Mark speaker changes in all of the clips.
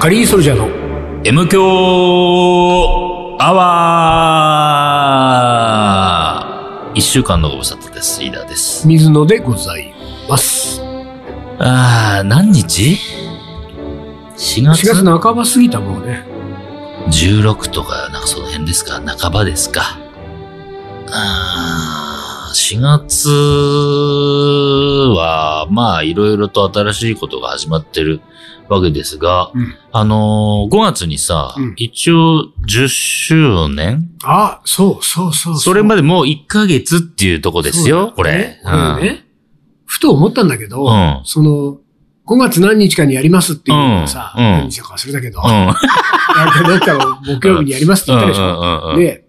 Speaker 1: カリーソルジャーの
Speaker 2: M 強アワー一週間のご無沙汰です。飯田です。
Speaker 1: 水野でございます。
Speaker 2: あー、何日 ?4
Speaker 1: 4
Speaker 2: 月
Speaker 1: 月の半ば過ぎたもうね。
Speaker 2: 16とか、なんかその辺ですか半ばですかあー4月は、まあ、いろいろと新しいことが始まってるわけですが、
Speaker 1: うん
Speaker 2: あのー、5月にさ、
Speaker 1: うん
Speaker 2: 一応10周年
Speaker 1: あ、そうそうそうう。
Speaker 2: それまでもう1ヶ月っていうとこですよ、こ
Speaker 1: そうだ
Speaker 2: れ
Speaker 1: ね。これね。ふと思ったんだけど、
Speaker 2: うん
Speaker 1: その、5月何日かにやりますっていうのをさ、
Speaker 2: うんうん
Speaker 1: 何日だか忘れたけど、
Speaker 2: うん。うん。
Speaker 1: なんかどっかの木曜日にやりますって
Speaker 2: う
Speaker 1: 言っ
Speaker 2: ん
Speaker 1: たでしょ。
Speaker 2: うんうん。
Speaker 1: で、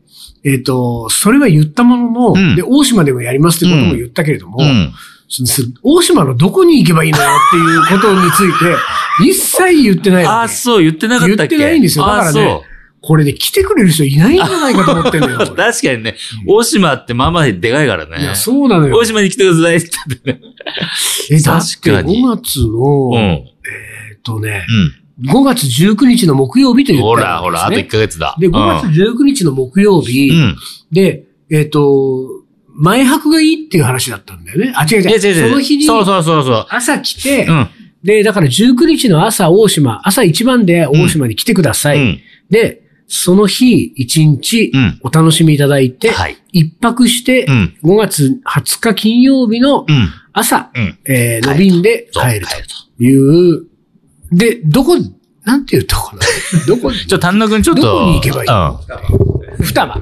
Speaker 1: えっ、と、それは言ったものの、
Speaker 2: うん
Speaker 1: で、大島でもやりますってことも言ったけれども、
Speaker 2: うん。
Speaker 1: そそ大島のどこに行けばいいのよっていうことについて、一切言ってない
Speaker 2: あ
Speaker 1: わ
Speaker 2: ー、
Speaker 1: け。
Speaker 2: そう、言ってなかったっけ
Speaker 1: 言ってないんですよだからね
Speaker 2: あーそう
Speaker 1: これで来てくれる人いないんじゃないかと思ってん のよ。
Speaker 2: 確
Speaker 1: 俺
Speaker 2: かにね、大島ってまあまあでかいから
Speaker 1: いや、
Speaker 2: ね。
Speaker 1: そうなのよ
Speaker 2: 大。島に来てくださいって言ってね。
Speaker 1: え、だっ
Speaker 2: 確
Speaker 1: て
Speaker 2: かに
Speaker 1: 5月の、
Speaker 2: う
Speaker 1: え
Speaker 2: ん。
Speaker 1: ーっとね、
Speaker 2: う
Speaker 1: 5月19日の木曜日とい
Speaker 2: ん。
Speaker 1: う
Speaker 2: ほら、ほら、あと1ヶ月だ。
Speaker 1: で、
Speaker 2: うん
Speaker 1: 5月19日の木曜日、
Speaker 2: うん。
Speaker 1: で、えーっ、と、前泊がいいっていう話だったんだよね。あ、違う
Speaker 2: いや
Speaker 1: 違
Speaker 2: 違
Speaker 1: う。そ
Speaker 2: う違う
Speaker 1: の日に
Speaker 2: そうそうそうそ
Speaker 1: 朝来て、
Speaker 2: う。うん。
Speaker 1: で、だから19日の朝大島、朝一番で大島に来てください。
Speaker 2: うん。
Speaker 1: で、その日1日
Speaker 2: うん
Speaker 1: お楽しみいただいて、
Speaker 2: はい。
Speaker 1: 一泊して
Speaker 2: う、ん。
Speaker 1: 5月20日金曜日の
Speaker 2: うん。
Speaker 1: 朝、
Speaker 2: うん。
Speaker 1: えーの便で
Speaker 2: そう
Speaker 1: 帰るという、で、どこ、なんていうとこなの どこ、
Speaker 2: ちょ、丹野くんちょっと。
Speaker 1: どこに行けばいい
Speaker 2: うん。
Speaker 1: 双葉。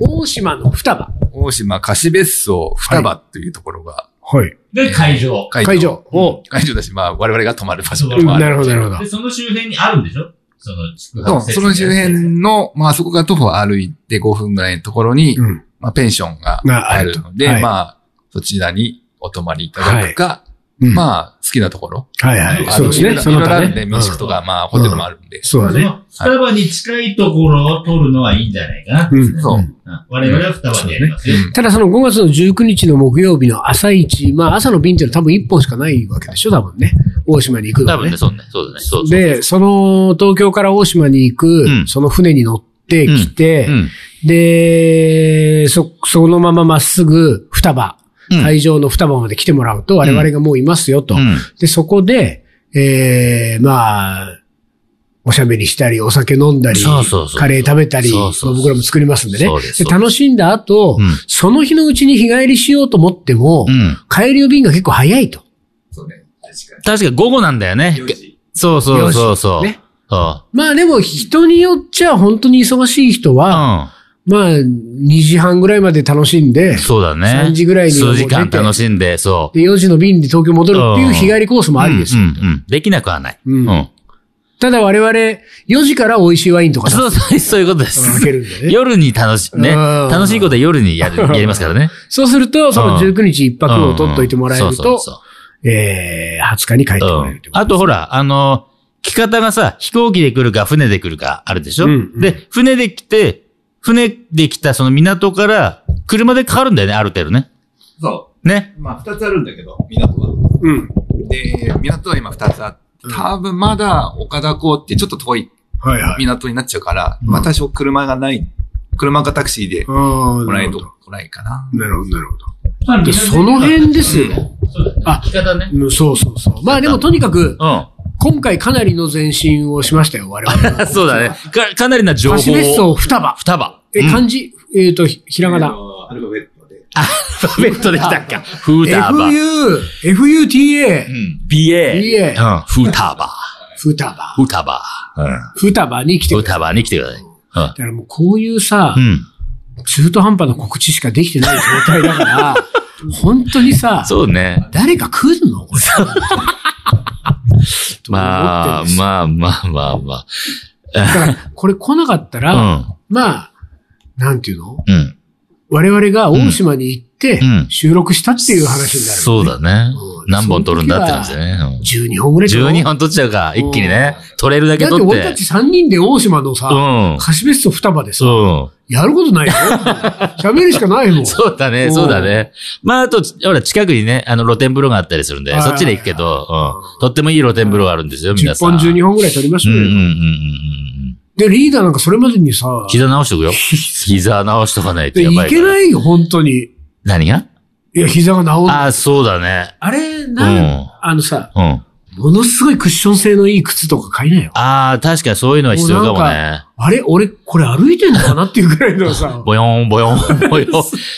Speaker 1: 大島の双葉。
Speaker 3: 大島貸別荘双葉っていうところが
Speaker 1: はい。
Speaker 2: で、会場。
Speaker 3: 会
Speaker 1: 会場。
Speaker 2: を、
Speaker 3: 会場だし、まあ我々が泊まる場所で
Speaker 2: うん
Speaker 3: もあ
Speaker 1: な
Speaker 3: る。
Speaker 1: るほど、なるほど。
Speaker 2: その周辺にあるんでしょその宿
Speaker 3: そうその周辺の、まあそこが徒歩歩いて5分ぐらいのところに、
Speaker 1: うん。
Speaker 3: まあペンションが
Speaker 1: が
Speaker 3: あ
Speaker 1: ある
Speaker 3: る
Speaker 1: と
Speaker 3: ので、
Speaker 1: はい
Speaker 3: まあそちらにお泊まりいただくか、
Speaker 1: うん、あ、
Speaker 3: まあ好きなところ。
Speaker 1: はいはい。
Speaker 3: あ
Speaker 1: そう
Speaker 3: の
Speaker 1: です
Speaker 3: い
Speaker 1: ね。
Speaker 3: ろ
Speaker 1: そ
Speaker 3: い
Speaker 1: の
Speaker 3: ろあ
Speaker 1: 他
Speaker 3: るんで、
Speaker 1: ね。
Speaker 3: 民宿とか、まあホテルもあるんで。
Speaker 1: そうだ
Speaker 4: そ
Speaker 1: ね。
Speaker 4: の双葉に近いところを取るのはいいんじゃないかな。
Speaker 1: うん。
Speaker 3: そうん
Speaker 4: うん我々は双葉でやりますよ。
Speaker 1: ただその5月の19日の木曜日の朝一、まあ朝の便っていうのは多分1本しかないわけでしょ、多分ね。大島に行くのは
Speaker 2: 多
Speaker 1: ね
Speaker 2: 分ね、そうね。そうだね。そうそう。
Speaker 1: で、その東京から大島に行く、
Speaker 2: うん
Speaker 1: その船に乗ってきて、
Speaker 2: うん。
Speaker 1: で、そ、そのまままっすぐ双葉、
Speaker 2: うん
Speaker 1: 会場の双葉まで来てもらうと、我々がもういますよと。
Speaker 2: うん。
Speaker 1: で、そこで、えー、まあ、おしゃべりしたり、お酒飲んだり、
Speaker 2: そうそうそう
Speaker 1: カレー食べたり、
Speaker 2: そうそうそう
Speaker 1: 僕らも作りますんでね。
Speaker 2: そうですそうです
Speaker 1: 楽しんだ後、
Speaker 2: うん
Speaker 1: その日のうちに日帰りしようと思っても、
Speaker 2: うん。
Speaker 1: 帰りの便が結構早いと。
Speaker 3: そうね。確
Speaker 2: 確か午後なんだよね。
Speaker 3: に。
Speaker 2: そうそうそうそう。
Speaker 1: ね
Speaker 2: そ
Speaker 1: まあでも人によっちゃ本当に忙しい人
Speaker 2: う。う
Speaker 1: は、
Speaker 2: ん。
Speaker 1: まあ、2時半ぐらいまで楽しんで、
Speaker 2: そうだね。
Speaker 1: 3時ぐらいにはもう
Speaker 2: 数
Speaker 1: 出
Speaker 2: 時
Speaker 1: て
Speaker 2: 間楽しんで、そう。
Speaker 1: で、4時の便で東京戻るっていう日帰りコースもありです
Speaker 2: う
Speaker 1: よ。
Speaker 2: んうんうん。できなくはない。
Speaker 1: うん
Speaker 2: うん。
Speaker 1: ただ我々、4時から美味しいワインとかさ、
Speaker 2: そうそう、そういうことで
Speaker 1: うん
Speaker 2: す
Speaker 1: 開。けるんでね。
Speaker 2: 夜に楽し、ね。
Speaker 1: うん
Speaker 2: 楽しいことは夜にや る、やりますからね。
Speaker 1: そうすると、その
Speaker 2: うん
Speaker 1: 19日一泊を取っといてもらえ
Speaker 2: う
Speaker 1: る
Speaker 2: んそう
Speaker 1: と、
Speaker 2: そう
Speaker 1: えー、20日に帰って
Speaker 2: そう
Speaker 1: も
Speaker 2: う
Speaker 1: らえる
Speaker 2: ん
Speaker 1: というこ
Speaker 2: あとほら、あの、着方がさ、飛行機で来るか船で来るかあるでしょ
Speaker 1: うんうん
Speaker 2: で、船で来て、船で来たその港から車でかかるんだよね、ある程度ね。
Speaker 3: そ
Speaker 2: ね。
Speaker 3: う。まあ二つあるんだけど、港は。
Speaker 1: と。うん。
Speaker 3: で、港は今二つあって
Speaker 1: うん、
Speaker 3: 多分まだ岡田港ってちょっと遠い
Speaker 1: はいはい。
Speaker 3: 港になっちゃうから、
Speaker 1: うん
Speaker 3: まあ多少車がない、車かタクシーで
Speaker 1: ああ、
Speaker 3: 来
Speaker 1: な
Speaker 3: ない
Speaker 1: る
Speaker 3: と
Speaker 1: ほど。
Speaker 3: 来ないかな。
Speaker 1: なるほど、なるほ
Speaker 4: 双
Speaker 1: ど。
Speaker 4: 葉
Speaker 1: で、その辺ですよ。
Speaker 4: そうだね
Speaker 1: あ
Speaker 4: 生き方ね。
Speaker 1: うんそうそうそう。まあでもとにかく、
Speaker 2: う
Speaker 1: 今回かなりの前進をしましたよ、我々。
Speaker 2: ん。 そうだね。か、かなりな情報を。
Speaker 1: 貸別荘双葉。
Speaker 2: 双葉。
Speaker 1: え、
Speaker 2: うん
Speaker 1: 漢字、えっと、ひひらがな。
Speaker 3: アルファベットで。
Speaker 2: アルファベットできたっけフーターバ。
Speaker 1: FU、FUTA
Speaker 2: う、ん。BA。
Speaker 1: BA
Speaker 2: うん。フーターバ。
Speaker 1: フタバ。
Speaker 2: フーターバ。うん。
Speaker 1: フタバに来て
Speaker 2: フー
Speaker 1: くれ。
Speaker 2: ターバに来てください。
Speaker 1: だからもうこういうさ
Speaker 2: う、ん。
Speaker 1: 中途半端な告知しかできてない状態だ から、本当にさ
Speaker 2: うん。、そうね。
Speaker 1: 誰か来るのこれ。
Speaker 2: まあ、
Speaker 1: あ。
Speaker 2: まあまあまあま
Speaker 1: だから、これ来なかったら、
Speaker 2: あ。
Speaker 1: まあ、なんていうの
Speaker 2: うん。うん。
Speaker 1: 我々が大島に行って
Speaker 2: うん
Speaker 1: 収録したっていう話になる。
Speaker 2: そうだね
Speaker 1: うん。
Speaker 2: 何本撮るんだって感じだね。うん
Speaker 1: 12本ぐらいだろ
Speaker 2: 12本撮っちゃうか、一気にね。撮れるだけ
Speaker 1: だって
Speaker 2: 撮っ
Speaker 1: 俺た
Speaker 2: て
Speaker 1: ち。3人で大島の
Speaker 2: う
Speaker 1: さ、
Speaker 2: ん。
Speaker 1: 貸別荘双葉でさ、
Speaker 2: そ
Speaker 1: やることない よ。喋るしかないもん。
Speaker 2: そうだね、そうだね。まあ、あと、ほら、近くにね、あの、露天風呂があったりするんで、
Speaker 1: はい
Speaker 2: そっちで行くけど、うん。とってもいい露天風呂があるんですよ、皆
Speaker 1: 10
Speaker 2: さん。
Speaker 1: 本12本ぐらい取りました
Speaker 2: うんうん
Speaker 1: よ。
Speaker 2: うんうんうん。
Speaker 1: で、リーダーなんかそれまでにさ、
Speaker 2: 膝直し とくよ。膝直しとかないと
Speaker 1: で
Speaker 2: や
Speaker 1: い
Speaker 2: ばいか
Speaker 1: け
Speaker 2: ら。
Speaker 1: ないよ、本当に。い
Speaker 2: 何が
Speaker 1: や、膝が治んない。
Speaker 2: ああ、そうだね。
Speaker 1: あれ、
Speaker 2: うん
Speaker 1: なん、あのさ、
Speaker 2: うん。あ
Speaker 1: ものすごいクッション性のいい靴とか買いなよ。
Speaker 2: あ、確かにそういうのは必要かも
Speaker 1: もう
Speaker 2: ね。
Speaker 1: あれ俺、これ歩いてんのかなっていうぐらいの さ。
Speaker 2: ボヨン、ボヨン、 ボヨン。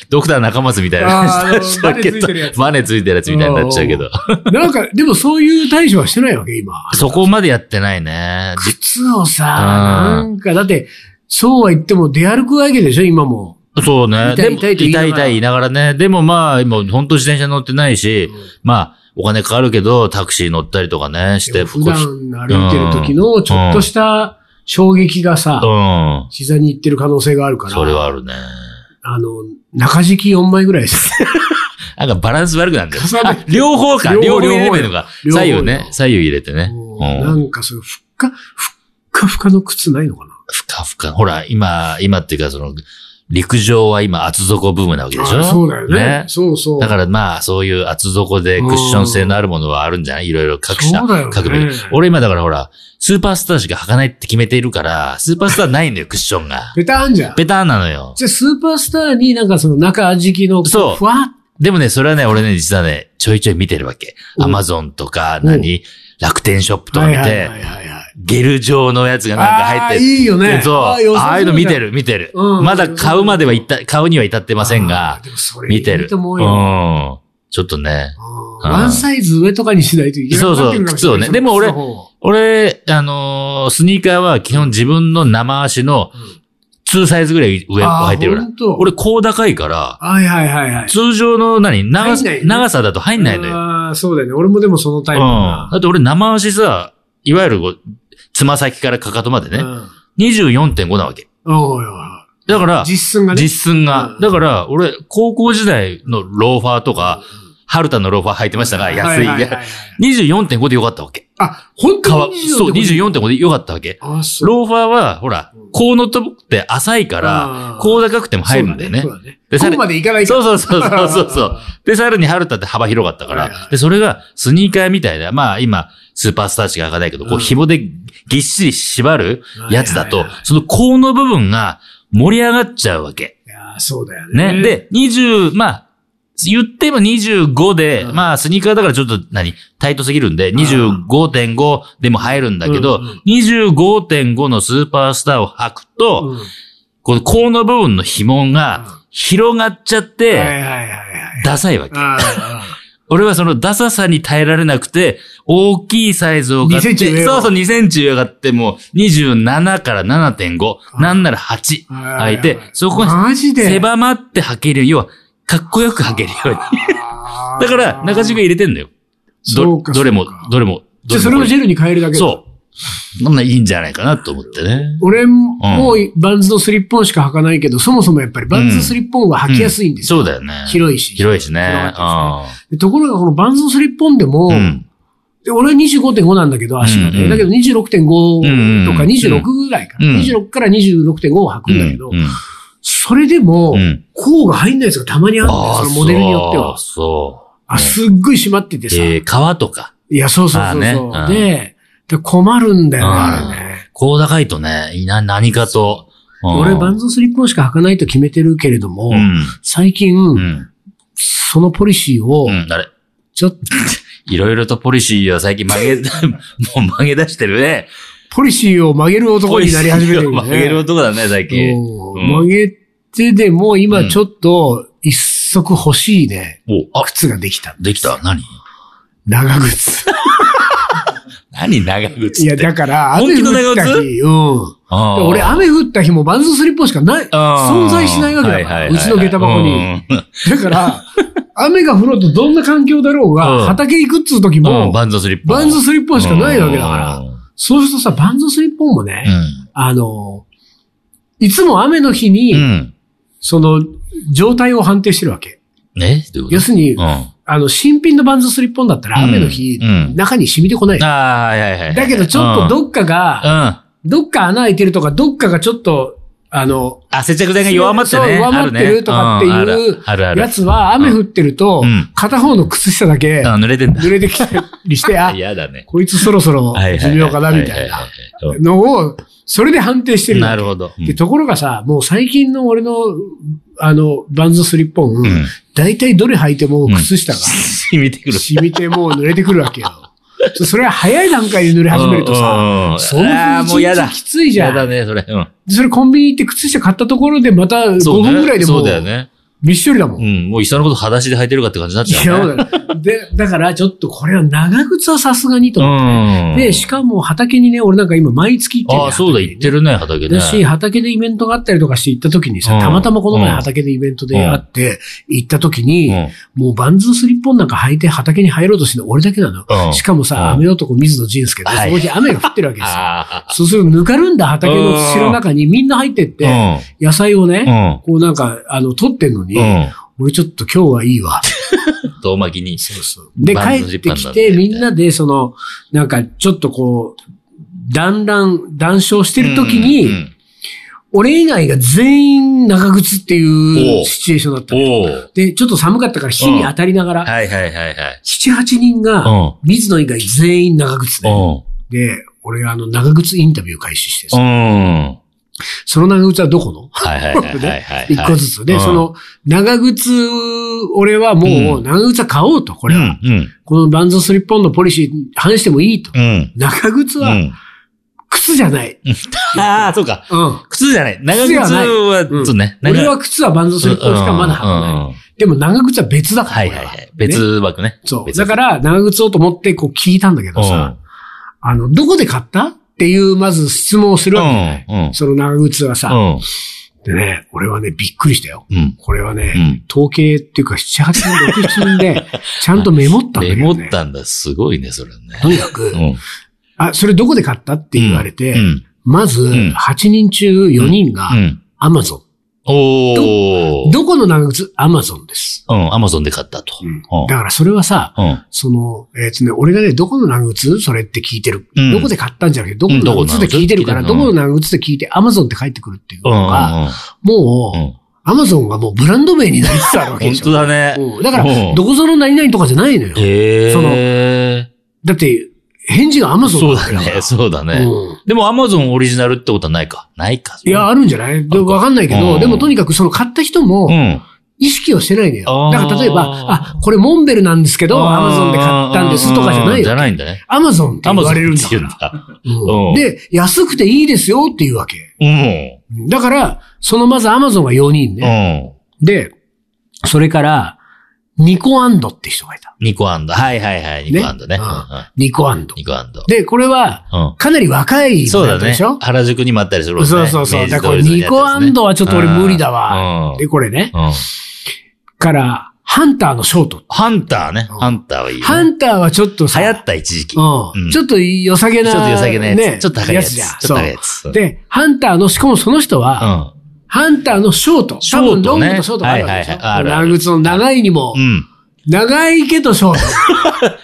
Speaker 2: ドクター中松みたい
Speaker 1: あーあ
Speaker 2: な
Speaker 1: の
Speaker 2: やつだけど
Speaker 1: マネついてるやつ
Speaker 2: マネついてるやつみたいになっちゃうけど。
Speaker 1: なんか、でもそういう対処はしてないわけ、今。
Speaker 2: そこまでやってないね。じ
Speaker 1: 靴をさ、
Speaker 2: う
Speaker 1: なんんか、だって、そうは言っても出歩くわけでしょ、今も。
Speaker 2: そうね。
Speaker 1: 痛い
Speaker 2: でも
Speaker 1: 痛いと言いなが
Speaker 2: 痛
Speaker 1: ら
Speaker 2: い痛い言いながらね。でもまあ、今、本当自転車乗ってないし、まあ、お金かかるけど、タクシー乗ったりとかね、して、
Speaker 1: 普段歩いてる時のちょっとした衝撃がさ、
Speaker 2: うん。
Speaker 1: 膝に行ってる可能性があるから。
Speaker 2: それはあるね。
Speaker 1: あの、中敷き4枚ぐらいです。
Speaker 2: なんかバランス悪くなるん だよ。
Speaker 1: 重ねて
Speaker 2: あ両方か。両
Speaker 1: 両
Speaker 2: 方
Speaker 1: 方
Speaker 2: 入れればいいのか。
Speaker 1: 両方
Speaker 2: 左右ね。左右入れてね。
Speaker 1: もう
Speaker 2: う。
Speaker 1: なんんかそういうふっか、ふっかふかの靴ないのかな
Speaker 2: ふかふか。ほら、今、今っていうか、その、陸上は今、厚底ブームなわけでしょ
Speaker 1: あそうだよね。そうそう。
Speaker 2: だからまあ、そういう厚底でクッション性のあるものはあるんじゃないいろいろ各社、
Speaker 1: そうだよね
Speaker 2: 各メーカー俺今だからほら、スーパースターしか履かないって決めているから、スーパースターないんだ よ、クッションが。
Speaker 1: ベターンじゃん。
Speaker 2: ベターなのよ。
Speaker 1: じゃあスーパースターになんかその中敷きの、
Speaker 2: そう
Speaker 1: ふわ
Speaker 2: でもね、それはね、俺ね、実はね、ちょいちょい見てるわけ。
Speaker 1: うん
Speaker 2: アマゾンとか、
Speaker 1: うん
Speaker 2: 何、楽天ショップ
Speaker 1: っと
Speaker 2: とか見
Speaker 1: はい
Speaker 2: て
Speaker 1: は、いはいはい。
Speaker 2: ゲル状のやつがなんか
Speaker 1: あ
Speaker 2: 入
Speaker 1: ー
Speaker 2: って
Speaker 1: いいよね。
Speaker 2: る。そ
Speaker 1: ー
Speaker 2: う。
Speaker 1: 良さそ
Speaker 2: あ
Speaker 1: だ
Speaker 2: あいうの見てる、見てる。
Speaker 1: うん
Speaker 2: まだ買うまでは至った、買うには至ってませんが
Speaker 1: あー、でもそれいい
Speaker 2: 見てる。う
Speaker 1: と
Speaker 2: ん
Speaker 1: 思うよ。。
Speaker 2: ちょっとね。
Speaker 1: うんワンサイズ上とかにしないといけない。
Speaker 2: そうそう靴をねでも俺
Speaker 1: 靴の方
Speaker 2: 俺、あのースニーカーは基本自分の生足の2サイズぐらい上を
Speaker 1: あー
Speaker 2: 履いてるから
Speaker 1: ほんと
Speaker 2: 俺、高高いから、
Speaker 1: はいはいはいはい。
Speaker 2: 通常の何長さ
Speaker 1: 入んないよね
Speaker 2: 長さだと入んないのよ。
Speaker 1: ああ、そうだよね。俺もでもその
Speaker 2: う
Speaker 1: タ
Speaker 2: ん。
Speaker 1: イプだな
Speaker 2: だって俺、生足さ、いわゆるこう、つま先からかかとまで
Speaker 1: う
Speaker 2: ね、
Speaker 1: ん。
Speaker 2: 24.5なわけ。
Speaker 1: おいおいお
Speaker 2: だから
Speaker 1: い。、実寸がね。
Speaker 2: 実寸が
Speaker 1: う。ん
Speaker 2: だから、俺、高校時代のローファーとか、春田のローファー履いてましたが、安い。
Speaker 1: はははは
Speaker 2: 24.5でよかったわけ。
Speaker 1: あ、本
Speaker 2: か
Speaker 1: 当
Speaker 2: わ
Speaker 1: に
Speaker 2: そう、24.5でよかったわけ。
Speaker 1: あ、そう。
Speaker 2: ローファーは、ほら、高のとこって浅いから
Speaker 1: あ、ー
Speaker 2: 高高くても入るんだよね
Speaker 1: そ。うだね。
Speaker 2: で
Speaker 1: そこ
Speaker 2: さらに
Speaker 1: までいかない
Speaker 2: そううそうそうそうそうそう。 で、さらに春田って幅広かったか
Speaker 1: はいは
Speaker 2: ら、
Speaker 1: い
Speaker 2: で、それがスニーカーみたいな、まあ今、スーパースターしか履かないけど、こう
Speaker 1: うん
Speaker 2: 紐でぎっしり縛るやつだ
Speaker 1: は
Speaker 2: と
Speaker 1: いはいは、
Speaker 2: その高の部分が盛り上がっちゃうわけ。
Speaker 1: いやーそうだよね。
Speaker 2: ね。、で、20、まあ、言っても25で、
Speaker 1: うん
Speaker 2: まあ、スニーカーだからちょっと何、タイトすぎるんで、25.5でも入るんだけど、
Speaker 1: うんうん
Speaker 2: 25.5のスーパースターを履くと、
Speaker 1: うん。
Speaker 2: この甲の部分の紐が広がっちゃっ
Speaker 1: はいはい
Speaker 2: て、
Speaker 1: はいはい。
Speaker 2: ダサいわけ。
Speaker 1: ああ
Speaker 2: 俺はそのダサさに耐えられなくて、大きいサイズを買っ
Speaker 1: 2センチ
Speaker 2: て、
Speaker 1: 上を
Speaker 2: そうそう2センチ上がってもう27から7.5、
Speaker 1: ん
Speaker 2: なんなら8
Speaker 1: ああ。
Speaker 2: 履いて、そこに
Speaker 1: マジで。
Speaker 2: 狭まって履けるよう、かっこよく履けるように。
Speaker 1: あー
Speaker 2: だから、中敷き入れてんだよ。
Speaker 1: そ
Speaker 2: ど
Speaker 1: う、か
Speaker 2: どれも
Speaker 1: そうか、
Speaker 2: どれも。
Speaker 1: じゃあそれをジ
Speaker 2: ェ
Speaker 1: ェルに変えるだけ。
Speaker 2: そう。そんないいんじゃないかなと思ってね。
Speaker 1: 俺もバンズのスリッポンしか履かないけど、そもそもやっぱりバンズのスリッポンは履きやすいんですよ。
Speaker 2: そうだよね。
Speaker 1: 広いし。
Speaker 2: 広いし
Speaker 1: 広が
Speaker 2: ね
Speaker 1: っ。てでところがこのバンズのスリッポンでも、
Speaker 2: うん。
Speaker 1: で俺は25.5なんだけど、足がね。
Speaker 2: うんうん
Speaker 1: だけど26.5とか
Speaker 2: うん
Speaker 1: 26ぐらいかな。
Speaker 2: うん
Speaker 1: 26から26.5を履く
Speaker 2: うん
Speaker 1: だけど、それでも
Speaker 2: ん。う、ん。
Speaker 1: 甲が入んないやつがたまにあるんだよ、そのモデルによっては。
Speaker 2: そ
Speaker 1: あ、すっごい締まってて
Speaker 2: う。
Speaker 1: さ。
Speaker 2: えー、革とか。
Speaker 1: いや、そうそうそうそう、
Speaker 2: まあねうん
Speaker 1: で、で、困るんだよね、
Speaker 2: うん
Speaker 1: あれね。
Speaker 2: 高高いとね、いな、何かと。うん
Speaker 1: 俺、バンズのスリッポンしか履かないと決めてるけれども、
Speaker 2: うん。
Speaker 1: 最近、
Speaker 2: うん。
Speaker 1: そのポリシーを
Speaker 2: う、ん。あれ
Speaker 1: ちょっと、
Speaker 2: いろいろとポリシーを最近曲 げ、も う曲げ出してるね。
Speaker 1: ポリシーを曲げる男になり始めてるよね。
Speaker 2: 曲げる男だね、最近。
Speaker 1: うん
Speaker 2: うん
Speaker 1: 曲げてでも、
Speaker 2: うん
Speaker 1: 今ちょっと、一足欲しいね、
Speaker 2: お、あ、
Speaker 1: 靴ができた。
Speaker 2: できた。何
Speaker 1: 長靴。
Speaker 2: 何長靴って。
Speaker 1: いや、だから、
Speaker 2: 本
Speaker 1: 雨
Speaker 2: 気の
Speaker 1: 降
Speaker 2: 長
Speaker 1: っ
Speaker 2: 靴
Speaker 1: た日、うん。
Speaker 2: あー
Speaker 1: 俺、雨降った日もバンズのスリッポンしかない、存在しないわけだから、うちの下駄箱に。。だ から、雨が降ろうとどんな環境だろうが、
Speaker 2: うん
Speaker 1: 畑行くっつう時
Speaker 2: も
Speaker 1: も、
Speaker 2: う、バンズスリッポン。
Speaker 1: バンズ
Speaker 2: ス
Speaker 1: スリッポンしかないわけだから。
Speaker 2: ら。
Speaker 1: そうするとさ、バンズスリッポンもね、
Speaker 2: うん。
Speaker 1: あの、いつも雨の日に、
Speaker 2: うん。
Speaker 1: その、状態を判定してるわけ。
Speaker 2: ねどうい
Speaker 1: 要
Speaker 2: うこ
Speaker 1: するに、
Speaker 2: とうん。
Speaker 1: あの、新品のバンズスリッポンだったら
Speaker 2: うん
Speaker 1: 雨の日、
Speaker 2: うん
Speaker 1: 中に染みてこない。
Speaker 2: ああ、はいはいはい。
Speaker 1: だけどちょっと
Speaker 2: っ
Speaker 1: どっかが、
Speaker 2: か、
Speaker 1: どっか穴開いてるとか、どっかがちょっと、あの、
Speaker 2: あ、接着剤が弱まって
Speaker 1: そう
Speaker 2: ね。
Speaker 1: 弱まってる
Speaker 2: あね
Speaker 1: とかっていうん
Speaker 2: あるあるある。
Speaker 1: やつは雨降ってると
Speaker 2: うん、
Speaker 1: 片方の靴下だけ
Speaker 2: あ、濡れてんだ。
Speaker 1: 濡れてきたり して、あ、
Speaker 2: 嫌だね。
Speaker 1: こいつそろそろ
Speaker 2: はいは
Speaker 1: 寿
Speaker 2: い
Speaker 1: 命かな
Speaker 2: はい
Speaker 1: みたい
Speaker 2: は
Speaker 1: な
Speaker 2: はは
Speaker 1: のを、それで判定して
Speaker 2: い
Speaker 1: る。
Speaker 2: なるほど。うん
Speaker 1: でところがさ、もう最近の俺の、あの、バンズスリッポン、
Speaker 2: うん
Speaker 1: 大体どれ履いても靴下が
Speaker 2: 染みてくる。
Speaker 1: 染みてもう濡れてくるわけよ。 そそれは早い段階で濡れ始めるとさ、
Speaker 2: さ
Speaker 1: その
Speaker 2: あーもう
Speaker 1: 日
Speaker 2: 嫌
Speaker 1: 一
Speaker 2: だ
Speaker 1: 日。きついじゃ
Speaker 2: 嫌だ
Speaker 1: ん。
Speaker 2: ね、それ。うん。
Speaker 1: それコンビニ行って靴下買ったところでまた5
Speaker 2: そうね
Speaker 1: 分ぐらいでも
Speaker 2: そううだよね。
Speaker 1: びっしょりだもん
Speaker 2: う。ん。もういっそのこと裸足で履いてるかって感じになっ
Speaker 1: い
Speaker 2: ち
Speaker 1: や
Speaker 2: ゃう、ね。
Speaker 1: そうだよで、だからちょっとこれは長靴はさすがにと思って。
Speaker 2: うん。
Speaker 1: で、しかも畑にね、俺なんか今毎月行ってる
Speaker 2: ああ、そうだ、
Speaker 1: 行
Speaker 2: 行ってるね、畑ね。
Speaker 1: だし、畑でイベントがあったりとかして行った時に
Speaker 2: う
Speaker 1: さ、
Speaker 2: ん
Speaker 1: たまたまこの前畑でイベントであって、行った時に、
Speaker 2: うん。
Speaker 1: もうバンズのスリッポンなんか履いて畑に入ろうとしてるの俺だけなの。
Speaker 2: うん
Speaker 1: しかもさ、
Speaker 2: うん
Speaker 1: 雨男水野仁介で、
Speaker 2: はい
Speaker 1: その日雨が降ってるわけですよ。
Speaker 2: あ
Speaker 1: そうするとぬかるんだ畑の土の中にみんな入ってっ
Speaker 2: あ。う
Speaker 1: て、野菜をね、
Speaker 2: ん。
Speaker 1: こうなんか、あの、取ってんのに、
Speaker 2: うん。
Speaker 1: 俺ちょっと今日はいい わ。
Speaker 2: うん。遠巻きに。
Speaker 1: で、
Speaker 2: バン
Speaker 1: 帰
Speaker 2: ドジ
Speaker 1: っ
Speaker 2: ッパ
Speaker 1: て
Speaker 2: ーに
Speaker 1: き、
Speaker 2: なって
Speaker 1: みんなで、その、なんか、ちょっとこう、だんだん、談笑してる時に、
Speaker 2: うん
Speaker 1: 俺以外が全員長靴ってい
Speaker 2: お
Speaker 1: う
Speaker 2: う
Speaker 1: シチュエーションだったの。
Speaker 2: おー
Speaker 1: で、ちょっと寒かったから日に当たりながら、
Speaker 2: はいはいはいはい。
Speaker 1: 七八人が、
Speaker 2: う
Speaker 1: 水野以外全員長靴ね。
Speaker 2: ん。
Speaker 1: で、俺があの、長靴インタビュー開始して
Speaker 2: う
Speaker 1: さ、
Speaker 2: ん。うん。
Speaker 1: その長靴はどこの
Speaker 2: はいはいはいはいはい。
Speaker 1: 一個ずつ。で、
Speaker 2: うん
Speaker 1: その、長靴、俺はもう、
Speaker 2: うん
Speaker 1: 長靴は買おうと、これは。
Speaker 2: うん。
Speaker 1: このバンズスリッポンのポリシーに反してもいいと。
Speaker 2: うん。
Speaker 1: 長靴
Speaker 2: う
Speaker 1: は、
Speaker 2: ん。
Speaker 1: 靴じゃない。
Speaker 2: ああ、そうか。
Speaker 1: うん。
Speaker 2: 靴じゃない。
Speaker 1: 靴
Speaker 2: 長靴
Speaker 1: じゃない
Speaker 2: は、
Speaker 1: うん
Speaker 2: そうね。
Speaker 1: 俺
Speaker 2: 長
Speaker 1: は靴はバンドスリッポンしかまだ履かない。
Speaker 2: い。
Speaker 1: でも長靴は別だから。
Speaker 2: はい
Speaker 1: こ
Speaker 2: は
Speaker 1: れ
Speaker 2: いはい。別
Speaker 1: ね
Speaker 2: 枠ね。
Speaker 1: そう。
Speaker 2: 別
Speaker 1: だから長靴をと思ってこう聞いたんだけ
Speaker 2: う
Speaker 1: ど
Speaker 2: ん。
Speaker 1: さ、あの、どこで買ったっていう、まず質問をする
Speaker 2: う
Speaker 1: わけじゃなんい。。
Speaker 2: うん。
Speaker 1: その長靴はさ、
Speaker 2: うん。
Speaker 1: でね、俺はね、びっくりしたよ。
Speaker 2: うん。
Speaker 1: これは
Speaker 2: う
Speaker 1: ね、
Speaker 2: ん。
Speaker 1: 統計っていうか、7、8人、6、7人で、 ちゃんとメモったんだ
Speaker 2: メ
Speaker 1: け
Speaker 2: モ
Speaker 1: ど
Speaker 2: っ
Speaker 1: ね。
Speaker 2: たんだ。すごいね、それね。
Speaker 1: とにかく
Speaker 2: う、ん。っ
Speaker 1: あ、それどこで買ったって言われ
Speaker 2: う
Speaker 1: て、
Speaker 2: ん。
Speaker 1: まず、
Speaker 2: ん
Speaker 1: 8人中4人が
Speaker 2: う、ん。
Speaker 1: アマゾ
Speaker 2: お
Speaker 1: ン。
Speaker 2: ー。
Speaker 1: どこの長靴アマゾンです。
Speaker 2: うん。アマゾンで買ったと。
Speaker 1: うん
Speaker 2: うん
Speaker 1: だからそれはさ、
Speaker 2: うん。
Speaker 1: その、えっ、とね、俺がね、どこの長靴それって聞いてる、
Speaker 2: うん
Speaker 1: どこで買ったんじゃなくて、どこ
Speaker 2: う
Speaker 1: の
Speaker 2: んどこ
Speaker 1: 長
Speaker 2: の
Speaker 1: 靴で聞いてるから、
Speaker 2: 聞い
Speaker 1: ど
Speaker 2: てる
Speaker 1: この長靴で聞いて、アマゾンって帰ってくるっていう
Speaker 2: う
Speaker 1: の
Speaker 2: ん。
Speaker 1: が、もう、
Speaker 2: うん。うん。
Speaker 1: アマゾンがもうブランド名になりつつあるわけで
Speaker 2: 本
Speaker 1: しょ。
Speaker 2: 当だね。
Speaker 1: うんだから
Speaker 2: う、ん
Speaker 1: どこぞの何々とかじゃないのよ。
Speaker 2: へ
Speaker 1: その
Speaker 2: え。
Speaker 1: だって、返事がアマゾン
Speaker 2: そう
Speaker 1: わ
Speaker 2: だ
Speaker 1: けから
Speaker 2: ね。そうだね。
Speaker 1: うん
Speaker 2: でもアマゾンオリジナルってことはないか。ないか。
Speaker 1: いや、あるんじゃないでわかんないけど、
Speaker 2: うん
Speaker 1: でもとにかくその買った人も
Speaker 2: うん。
Speaker 1: 意識をしてないのよ。
Speaker 2: あー
Speaker 1: だから例えば、あ、これモンベルなんですけど、アマゾンで買ったんですとかじゃない
Speaker 2: じゃ
Speaker 1: よ。
Speaker 2: ないんだね。
Speaker 1: アマゾンって
Speaker 2: ア
Speaker 1: 言
Speaker 2: マゾ
Speaker 1: わ
Speaker 2: ン
Speaker 1: れるんだから。
Speaker 2: ら。
Speaker 1: うん
Speaker 2: うん
Speaker 1: で、安くていいですよっていうわけ。
Speaker 2: うん。
Speaker 1: だから、そのまずアマゾンが4人
Speaker 2: う
Speaker 1: ね。
Speaker 2: ん。
Speaker 1: で、それから、ニコアンドって人がいた。
Speaker 2: ニコアンド。はいはいはい。ニコアンドね。
Speaker 1: ね
Speaker 2: うんうん
Speaker 1: ニコアンド。
Speaker 2: ニコアンド。
Speaker 1: で、これは、
Speaker 2: うん
Speaker 1: かなり若い
Speaker 2: そう
Speaker 1: ブラ
Speaker 2: だ
Speaker 1: ンドで
Speaker 2: ね
Speaker 1: しょ。
Speaker 2: 原宿にもあったりするもんね。
Speaker 1: そうそうそう
Speaker 2: 明治
Speaker 1: だからこれ
Speaker 2: 通り沿いにあったやつね
Speaker 1: ニコアンドはちょっと俺無理だわ
Speaker 2: うん
Speaker 1: で、これね。
Speaker 2: うん
Speaker 1: から、ハンターのショート。
Speaker 2: ハンターね。
Speaker 1: うん
Speaker 2: ハンターはいいね。
Speaker 1: ハンターはちょっとさ
Speaker 2: 流行った一時期。
Speaker 1: うん
Speaker 2: うん
Speaker 1: ちょっと良さげな。
Speaker 2: ちょっと良さげなやつ。
Speaker 1: ね
Speaker 2: ちょっと高いやつ。
Speaker 1: じゃん
Speaker 2: ちょっと高い
Speaker 1: そ
Speaker 2: やつ。う
Speaker 1: うんで、ハンターの、しかもその人は、ハンターのショート。
Speaker 2: ショート
Speaker 1: 多
Speaker 2: ね
Speaker 1: 分ロングとショートがあるわけでしょ。
Speaker 2: はいはいはいあるある
Speaker 1: 長靴の長いにも、
Speaker 2: うん。うん。
Speaker 1: 長いけどショー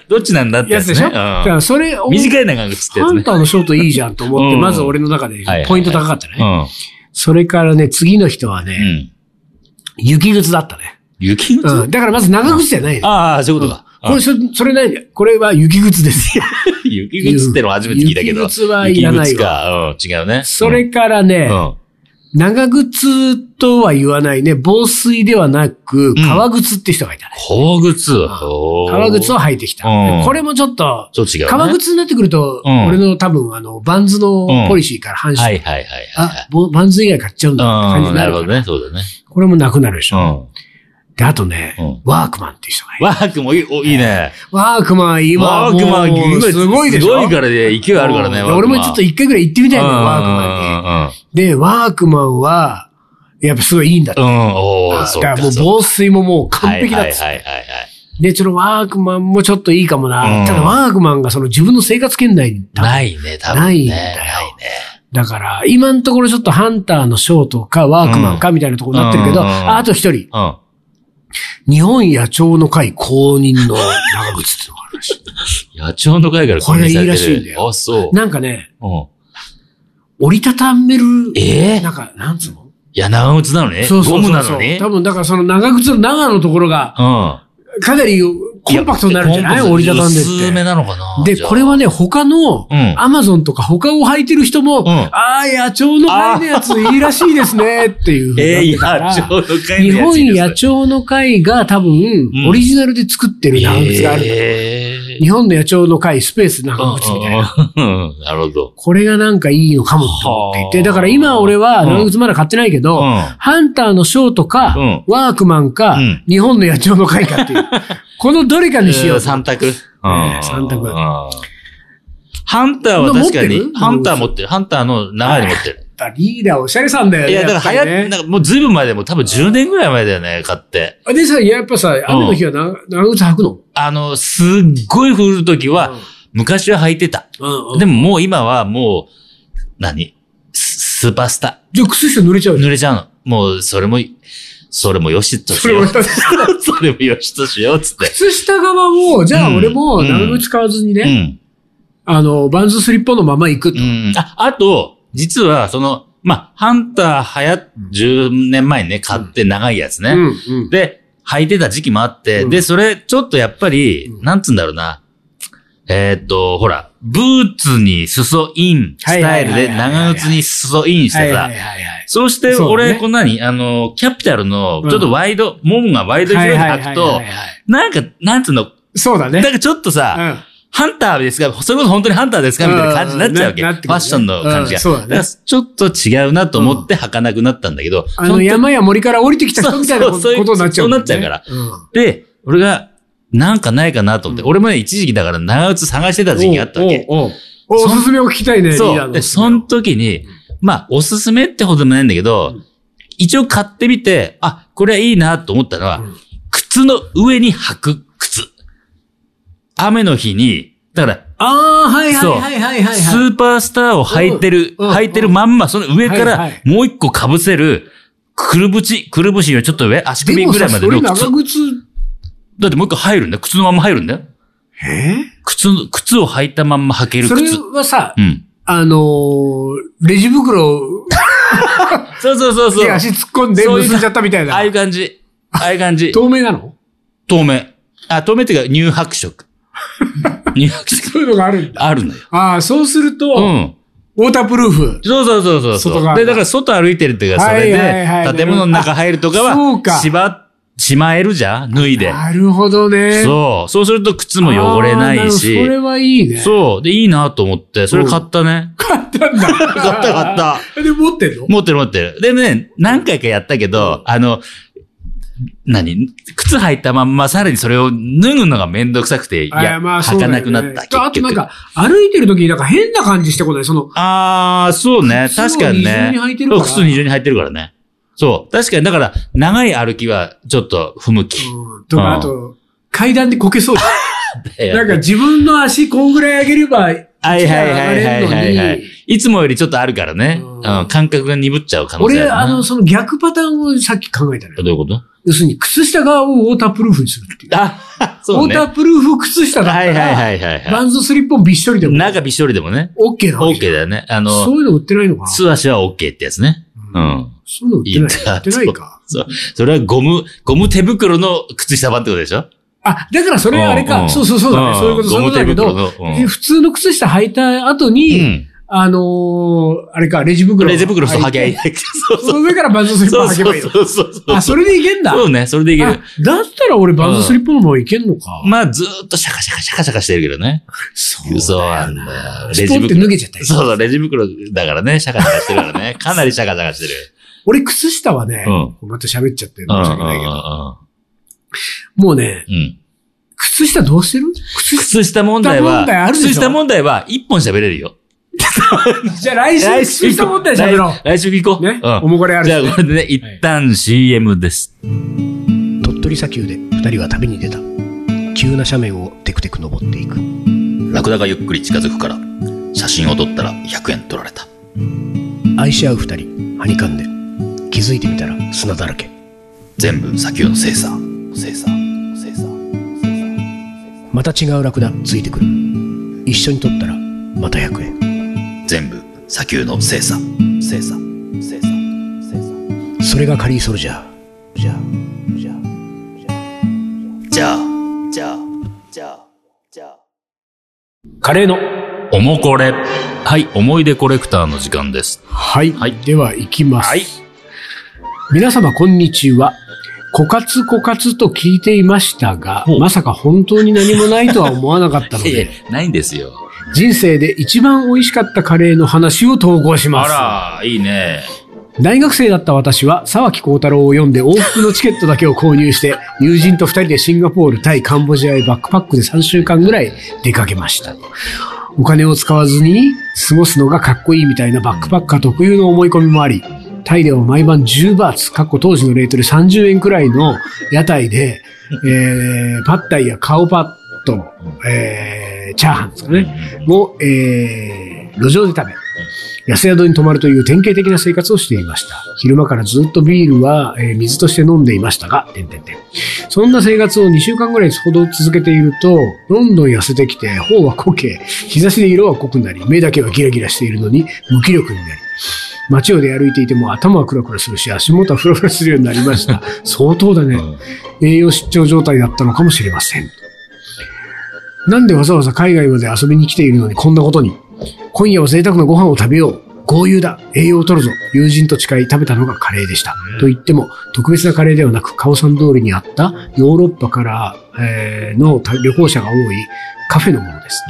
Speaker 2: どっちなんだっ
Speaker 1: ト。
Speaker 2: て
Speaker 1: や
Speaker 2: や
Speaker 1: つで
Speaker 2: つね。
Speaker 1: しょ、
Speaker 2: うん
Speaker 1: だからそれを、
Speaker 2: 短い長靴ってや
Speaker 1: ハ
Speaker 2: つ
Speaker 1: ン
Speaker 2: ね。
Speaker 1: ターのショートいいじゃんと思って、
Speaker 2: うん
Speaker 1: まず俺の中で
Speaker 2: はいはい
Speaker 1: ポイント高かったね。
Speaker 2: うん。
Speaker 1: それからね、次の人は
Speaker 2: う
Speaker 1: ね、
Speaker 2: ん。
Speaker 1: 雪靴だったね。
Speaker 2: 雪靴
Speaker 1: うん。だからまず長靴じゃないね。
Speaker 2: ああ、そういうことか。
Speaker 1: これ、そそれないんだよ。これは雪靴です。
Speaker 2: 雪靴ってのは初めて聞いたけど。
Speaker 1: 雪靴はいらないわ
Speaker 2: 雪靴か。うん、違うね。
Speaker 1: それからね、
Speaker 2: うん、うん。
Speaker 1: 長靴とは言わないね、防水ではなく、革靴って人がいたね。
Speaker 2: 革靴。おー
Speaker 1: 革靴を履いてきた。
Speaker 2: うん
Speaker 1: これもちょっと、
Speaker 2: ちょっと違う、ね。
Speaker 1: 革靴になってくると、
Speaker 2: うん
Speaker 1: 俺の多分、あの、バンズのポリシーから反
Speaker 2: はい
Speaker 1: して、
Speaker 2: はいはい
Speaker 1: あ、ぼバンズ以外買っちゃうんだって
Speaker 2: は
Speaker 1: 感
Speaker 2: い。
Speaker 1: じ
Speaker 2: うん、
Speaker 1: にな
Speaker 2: な
Speaker 1: るか
Speaker 2: るほ
Speaker 1: ら
Speaker 2: どね。そうだね。
Speaker 1: これもなくなるでし
Speaker 2: う
Speaker 1: ょ。
Speaker 2: ん。
Speaker 1: で、あとね、
Speaker 2: うん
Speaker 1: ワークマンっていう人がいる。
Speaker 2: ワークもいい、お、いいね。
Speaker 1: ワークマン今、
Speaker 2: ワークマン、
Speaker 1: もうすごいでしょ
Speaker 2: すごいからね、勢いあるからね。
Speaker 1: うん
Speaker 2: ワークマン
Speaker 1: 俺もちょっと一回ぐらい行ってみたいの、
Speaker 2: うん
Speaker 1: ワークマンに。で、ワークマンは、やっぱすごいいいんだって。
Speaker 2: うん、うん、うん。うん、おー、
Speaker 1: だ
Speaker 2: そう
Speaker 1: か
Speaker 2: か。
Speaker 1: らもう
Speaker 2: そうか
Speaker 1: 防水ももう完璧だっつって
Speaker 2: はいはいはいはいはい。
Speaker 1: で、そのワークマンもちょっといいかもな。
Speaker 2: うん
Speaker 1: ただワークマンがその自分の生活圏内に多分
Speaker 2: ないね、多分ね。
Speaker 1: ないん
Speaker 2: な
Speaker 1: だ
Speaker 2: い
Speaker 1: よ
Speaker 2: ね。
Speaker 1: だから、今のところちょっとハンターのショートかワークマンかみたいなところになってるけど、
Speaker 2: うんうん
Speaker 1: ああと一人、
Speaker 2: うん。
Speaker 1: 日本野鳥の会公認の長靴っていうのがあるらしい。
Speaker 2: 野鳥の会から
Speaker 1: これいいらしいん
Speaker 2: ん
Speaker 1: だ
Speaker 2: だ
Speaker 1: よ
Speaker 2: よ。あ、そう。
Speaker 1: なんかね、
Speaker 2: うん。
Speaker 1: 折りたためる、
Speaker 2: ええ
Speaker 1: なんか、なんつうの
Speaker 2: いや、長靴なのね。
Speaker 1: そうそうそうそう
Speaker 2: ゴムなのね。
Speaker 1: 多分だからその長靴の長のところが、
Speaker 2: うん。
Speaker 1: かなりコンパクトになるんじゃない
Speaker 2: コンパクト
Speaker 1: 折りたたんでっ
Speaker 2: 薄めなのかな
Speaker 1: て。で、これ、はね、他の
Speaker 2: う、ん
Speaker 1: アマゾンとか他を履いてる人も、
Speaker 2: ん
Speaker 1: ああ、野鳥の会のやついいらしいですね、っていうふう
Speaker 2: じゃあえ
Speaker 1: にな
Speaker 2: ー、いや、
Speaker 1: って
Speaker 2: ち
Speaker 1: た
Speaker 2: ょ
Speaker 1: から。
Speaker 2: うど買え
Speaker 1: 日
Speaker 2: るやつ
Speaker 1: 本
Speaker 2: いいですね
Speaker 1: 野鳥の会が多分
Speaker 2: う、ん
Speaker 1: オリジナルで作ってる長靴がある。
Speaker 2: えー
Speaker 1: 日本の野鳥の会スペース長靴みたいな。
Speaker 2: うんなるほど。
Speaker 1: これがなんかいいのかもって思ってい
Speaker 2: は
Speaker 1: て、
Speaker 2: あ
Speaker 1: だから今俺は
Speaker 2: うん
Speaker 1: 長靴まだ買ってないけど、
Speaker 2: うん
Speaker 1: ハンターのショーとか、
Speaker 2: うん
Speaker 1: ワークマンか、
Speaker 2: うん
Speaker 1: 日本の野鳥の会か っていう。このどれかにしよう。
Speaker 2: 三択。うん
Speaker 1: 三択
Speaker 2: うんハンターは確かに、ハンター持ってる。ハンターの長いの持ってる。
Speaker 1: リーダーおしゃれさんだよね。
Speaker 2: いや、だから流行
Speaker 1: や
Speaker 2: っ
Speaker 1: っぱ
Speaker 2: なんかもうずいぶん前でもう多分10年ぐらい前だよね、買って。
Speaker 1: りねでさ、やっぱさ、雨の日は長長靴履くの
Speaker 2: あの、すっごい降るときは、昔は履いてた。
Speaker 1: うん。
Speaker 2: で
Speaker 1: でも、
Speaker 2: ももう今はもう、何ススーパースタ
Speaker 1: じゃあ靴下濡れちゃう
Speaker 2: ー。
Speaker 1: じゃん
Speaker 2: 濡れちゃうの。もう、それも、それもよしとし
Speaker 1: それ
Speaker 2: よう
Speaker 1: 俺。だって
Speaker 2: それもよしとしよう、つって。
Speaker 1: 靴下側も、じゃあ俺も
Speaker 2: うん
Speaker 1: 長靴買わずに
Speaker 2: う
Speaker 1: ね、
Speaker 2: ん。
Speaker 1: あの、バンズスリッポンのまま行くと。
Speaker 2: うん。あ、あと、実は、その、まあ、ハンター流行っ、10年前にね、買って長いやつね。
Speaker 1: うんうん
Speaker 2: で、履いてた時期もあって、
Speaker 1: うん
Speaker 2: で、それ、ちょっとやっぱり、
Speaker 1: うん
Speaker 2: なんつうんだろうな。えーっと、ほら、ブーツに裾インスタイル
Speaker 1: はい
Speaker 2: で、
Speaker 1: はいはいはいはい
Speaker 2: 長靴に裾インし
Speaker 1: は
Speaker 2: て
Speaker 1: いはい
Speaker 2: さ、
Speaker 1: はいはい。
Speaker 2: そうして、
Speaker 1: そうだね
Speaker 2: 俺、こんなに、あの、キャピタルの
Speaker 1: う、ん
Speaker 2: ちょっとワイド、ももがワイド広いの履く
Speaker 1: はいはい
Speaker 2: と
Speaker 1: はいはい、はい
Speaker 2: なんか、なんつうの、
Speaker 1: そうだね
Speaker 2: な。んかちょっとさ、
Speaker 1: うん
Speaker 2: ハンターですかそれこそ本当にハンターですかみたいな感じになっちゃうわけ。
Speaker 1: うん
Speaker 2: フ
Speaker 1: なな
Speaker 2: ァ
Speaker 1: ってくるね
Speaker 2: ッションの感じ
Speaker 1: う
Speaker 2: が。
Speaker 1: んそうだね
Speaker 2: からちょっと違うなと思って履かなくなったんだけど、
Speaker 1: あ
Speaker 2: そ
Speaker 1: の
Speaker 2: 時
Speaker 1: 山や森から降りてきた人みたいなこ
Speaker 2: そうそうそういう
Speaker 1: ことになっちゃうもんね。
Speaker 2: そうなっち
Speaker 1: うん。
Speaker 2: で、俺が、なんかないかなと思って、俺もね、一時期だから長靴探してた時期があったわけ。
Speaker 1: おうおうおうお
Speaker 2: そん
Speaker 1: すすめを聞きたいね、リーダー
Speaker 2: そう。
Speaker 1: の
Speaker 2: で、その時に、まあ、おすすめってほどでもないんだけど、一応買ってみて、あ、これはいいなと思ったのは、
Speaker 1: うん
Speaker 2: 靴の上に履く靴。雨の日に、だから、
Speaker 1: ああ、はいは
Speaker 2: そう
Speaker 1: いはいはいはい
Speaker 2: ス
Speaker 1: はい。
Speaker 2: ーパースターを履いてる、
Speaker 1: うんうん
Speaker 2: 履いてるまんま、その上か
Speaker 1: は
Speaker 2: ら
Speaker 1: いはい
Speaker 2: もう一個被せる、くるぶち、くるぶちよりちょっと上、足
Speaker 1: で
Speaker 2: 首
Speaker 1: も
Speaker 2: ぐら
Speaker 1: さ、
Speaker 2: いま
Speaker 1: そ
Speaker 2: での
Speaker 1: れ
Speaker 2: 靴。
Speaker 1: 長靴、
Speaker 2: だってもう一個入るんだよ。靴のまま入るんだよ。
Speaker 1: え
Speaker 2: 靴の、靴を履いたまんま履ける
Speaker 1: それ
Speaker 2: 靴。
Speaker 1: はさ
Speaker 2: う、ん。
Speaker 1: あのー、レジ袋
Speaker 2: そうそうそうそう。
Speaker 1: で
Speaker 2: あ
Speaker 1: 足突っ込んで
Speaker 2: そういう
Speaker 1: 結んじゃったみたい
Speaker 2: あ
Speaker 1: な
Speaker 2: いう。感 じ。ああいう感じ。
Speaker 1: 透明なの
Speaker 2: 透明。あ、透明っていうか、乳白色。 乳白色。
Speaker 1: そういうのがあるんだ。
Speaker 2: あるんだよ。
Speaker 1: ああ、そうすると、
Speaker 2: うん。
Speaker 1: ウォータープルーフ。
Speaker 2: そうそうそうそ
Speaker 1: 外
Speaker 2: うそう。
Speaker 1: 側
Speaker 2: で、だから外歩いてるっていうか、それ
Speaker 1: はいはいはいなるほど
Speaker 2: で、建物の中入るとか
Speaker 1: あそうか
Speaker 2: は、しば、しまえるじゃん脱いで。
Speaker 1: なるほどね。
Speaker 2: そう。そうすると靴も汚れない
Speaker 1: あーるほどそれ
Speaker 2: し。
Speaker 1: はいいね。
Speaker 2: そう。で、いいなと思って、それ買ったね。
Speaker 1: 買ったんだ。買
Speaker 2: 買った買っ。た。
Speaker 1: で、持ってんの
Speaker 2: 持ってる持ってる。でね、何回かやったけど、あの、何靴履いたまんま、さらにそれを脱ぐのがめんどくさくて、い
Speaker 1: あ
Speaker 2: や、
Speaker 1: ーまあそう
Speaker 2: 履
Speaker 1: だよ
Speaker 2: か
Speaker 1: ね
Speaker 2: なくなった。
Speaker 1: あと
Speaker 2: 結
Speaker 1: なん
Speaker 2: 局。
Speaker 1: か、歩いてる時になんか変な感じしてこないその、
Speaker 2: あー、そうね。
Speaker 1: 靴を
Speaker 2: 確かにね
Speaker 1: 二重に履いて。るか
Speaker 2: そう
Speaker 1: ら
Speaker 2: 靴二重に履いてるからね。そう。確かに、だから、長い歩きは、ちょっと、不向き。
Speaker 1: うんとか、
Speaker 2: うん
Speaker 1: あと、階段でこけそう。なんか
Speaker 2: か、
Speaker 1: 自分の足こんぐらい上げれば、
Speaker 2: はいはいはいはいはいは
Speaker 1: 一段上がれる
Speaker 2: い
Speaker 1: のに。
Speaker 2: いつもよりちょっとあるからね。
Speaker 1: うん
Speaker 2: うん、感覚が鈍っちゃう可能性
Speaker 1: 俺、
Speaker 2: あ
Speaker 1: あ
Speaker 2: るな
Speaker 1: の、その逆パターンをさっき考えたの
Speaker 2: ど
Speaker 1: よ。
Speaker 2: ういうこと
Speaker 1: 要するに、靴下側をウォータープルーフにするっていう。
Speaker 2: あ、
Speaker 1: ウ
Speaker 2: そう
Speaker 1: ォー
Speaker 2: ね。
Speaker 1: タ
Speaker 2: は
Speaker 1: ープルーフ靴下
Speaker 2: い
Speaker 1: だった
Speaker 2: は
Speaker 1: ら、
Speaker 2: いはいはいは
Speaker 1: バ
Speaker 2: い。
Speaker 1: ンズスリッポンびっしょりでも、
Speaker 2: 中びっしょりでもね。
Speaker 1: オッケーなわけじ
Speaker 2: OK だよね。あ
Speaker 1: ゃん
Speaker 2: の、
Speaker 1: そういうの売ってないのかな
Speaker 2: 素足は OK ってやつね。うん。
Speaker 1: そういうの売って
Speaker 2: い
Speaker 1: ない。
Speaker 2: や
Speaker 1: 売ってないか。
Speaker 2: そう。それはゴム、ゴム手袋の靴下版ってことでしょ
Speaker 1: あ、だからそれあれ
Speaker 2: ん
Speaker 1: か。
Speaker 2: ん
Speaker 1: そうそうそうだね。
Speaker 2: ん
Speaker 1: そういうこと、そういうことだけ
Speaker 2: ゴ
Speaker 1: ど、
Speaker 2: ム手袋の。うん
Speaker 1: で普通の靴下履いた後に、あのー、あれか、レジ
Speaker 2: うん。
Speaker 1: 袋。
Speaker 2: レジ袋そう履きゃいい
Speaker 1: い。。
Speaker 2: そう
Speaker 1: そ
Speaker 2: そ
Speaker 1: の
Speaker 2: う。
Speaker 1: 上からバンズスリッポ
Speaker 2: そ
Speaker 1: ン
Speaker 2: う
Speaker 1: 履けばいいの。
Speaker 2: そうそうそう。
Speaker 1: あ、それでいけんだ。
Speaker 2: そうね、それでいけ
Speaker 1: あ
Speaker 2: る。
Speaker 1: だったら俺バンズスリッポンのままいけんのか。
Speaker 2: まあ、ずーっとシャカシャカシャカシャカしてるけどね。
Speaker 1: そう
Speaker 2: そうなんだよ。レ
Speaker 1: ス
Speaker 2: ジ
Speaker 1: ポンって
Speaker 2: 袋。
Speaker 1: 脱げちゃったよ
Speaker 2: そうそう、レジ袋だからね、シャカシャカしてるから ね。かなりシャカシャカしてる。
Speaker 1: 俺靴下はね、
Speaker 2: う
Speaker 1: また喋っちゃって申
Speaker 2: うんうん
Speaker 1: し
Speaker 2: う
Speaker 1: 訳ないけど、
Speaker 2: ん
Speaker 1: もうね、
Speaker 2: うん。うん。
Speaker 1: 靴下どうしてる靴下。
Speaker 2: 靴下問題は
Speaker 1: 靴下問題あ、るでしょ
Speaker 2: 靴下問題は、一本喋れるよ。
Speaker 1: じゃあ来週靴下問題喋ろ
Speaker 2: 来週行こ
Speaker 1: う。
Speaker 2: う。
Speaker 1: ね、
Speaker 2: うん
Speaker 1: おもこれあるし
Speaker 2: じゃあ、これでね、一旦 CM です。
Speaker 5: 鳥取砂丘で2人は旅に出た急な斜面をテクテク登っていく
Speaker 6: ラクダがゆっくり近づくから写真を撮ったら100円取られた
Speaker 5: 愛し合う2人はにかんで気づいてみたら砂だらけ
Speaker 6: 全部砂丘の精査精査精査
Speaker 5: また違うラクダついてくる一緒に撮ったらまた100円
Speaker 6: 全部砂丘の精査精査精査精査
Speaker 5: それがカリーソルジャーじゃあじゃあ
Speaker 6: じゃあ、じゃあ、じゃあ、じゃあ。
Speaker 1: カレーの。
Speaker 2: おもこれ。はい、思い出コレクターの時間です。
Speaker 1: はい。
Speaker 2: はい
Speaker 1: では、行きます。
Speaker 2: はい
Speaker 1: 皆様、こんにちは。枯渇枯渇と聞いていましたが
Speaker 2: ほ、う
Speaker 1: まさか本当に何もないとは思わなかったの
Speaker 2: いやい
Speaker 1: で、
Speaker 2: やないんですよ。
Speaker 1: 人生で一番美味しかったカレーの話を投稿します。
Speaker 2: あら、いいね。
Speaker 1: 大学生だった私は沢木幸太郎を読んで往復のチケットだけを購入して、友人と二人でシンガポール、タイ、カンボジアへバックパックで3週間ぐらい出かけました。お金を使わずに過ごすのがかっこいいみたいなバックパッカー特有の思い込みもあり、タイでは毎晩10バーツ、過去当時のレートで30円くらいの屋台で、えー、パッタイやカオパット、えー、チャーハンですかね、を、えー、路上で食べ、安宿に泊まるという典型的な生活をしていました。昼間からずっとビールは、えー水として飲んでいましたが、点々点そんな生活を2週間ぐらいほど続けていると、どんどん痩せてきて、頬はこけ、日差しで色は濃くなり、目だけはギラギラしているのに無気力になり、街を出歩いていても頭はクラクラするし、足元はフラフラするようになりました。相当だね。栄養失調状態だったのかもしれません。なんでわざわざ海外まで遊びに来ているのにこんなことに。今夜は贅沢なご飯を食べよう。豪遊だ。栄養を取るぞ。友人と誓い食べたのがカレーでした。と言っても、特別なカレーではなく、カオさん通りにあったヨーロッパから、えーの旅行者が多いカフェのものです。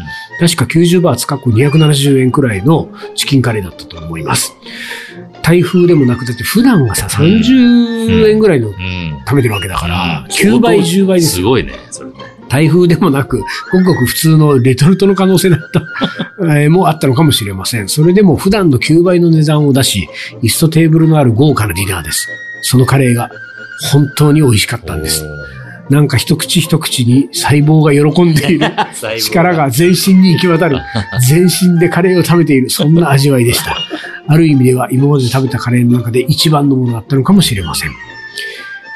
Speaker 1: 確か90バーツ、過去270円くらいのチキンカレーだったと思います。台風でもなくだって普段はさ、30円ぐらいの
Speaker 2: うん。
Speaker 1: 食べてるわけだから
Speaker 2: う、ん
Speaker 1: 9倍、10倍ですよ
Speaker 2: すごいね、それね。
Speaker 1: 台風でもなく、ごくごく普通のレトルトの可能性だ った、えーもあったのかもしれません。それでも普段の9倍の値段を出し、椅子とテーブルのある豪華なディナーです。そのカレーが本当に美味しかったんです。なんか一口一口に細胞が喜んでいる。力が全身に行き渡る。全身でカレーを食べている。そんな味わいでした。ある意味では今まで食べたカレーの中で一番のものだったのかもしれません。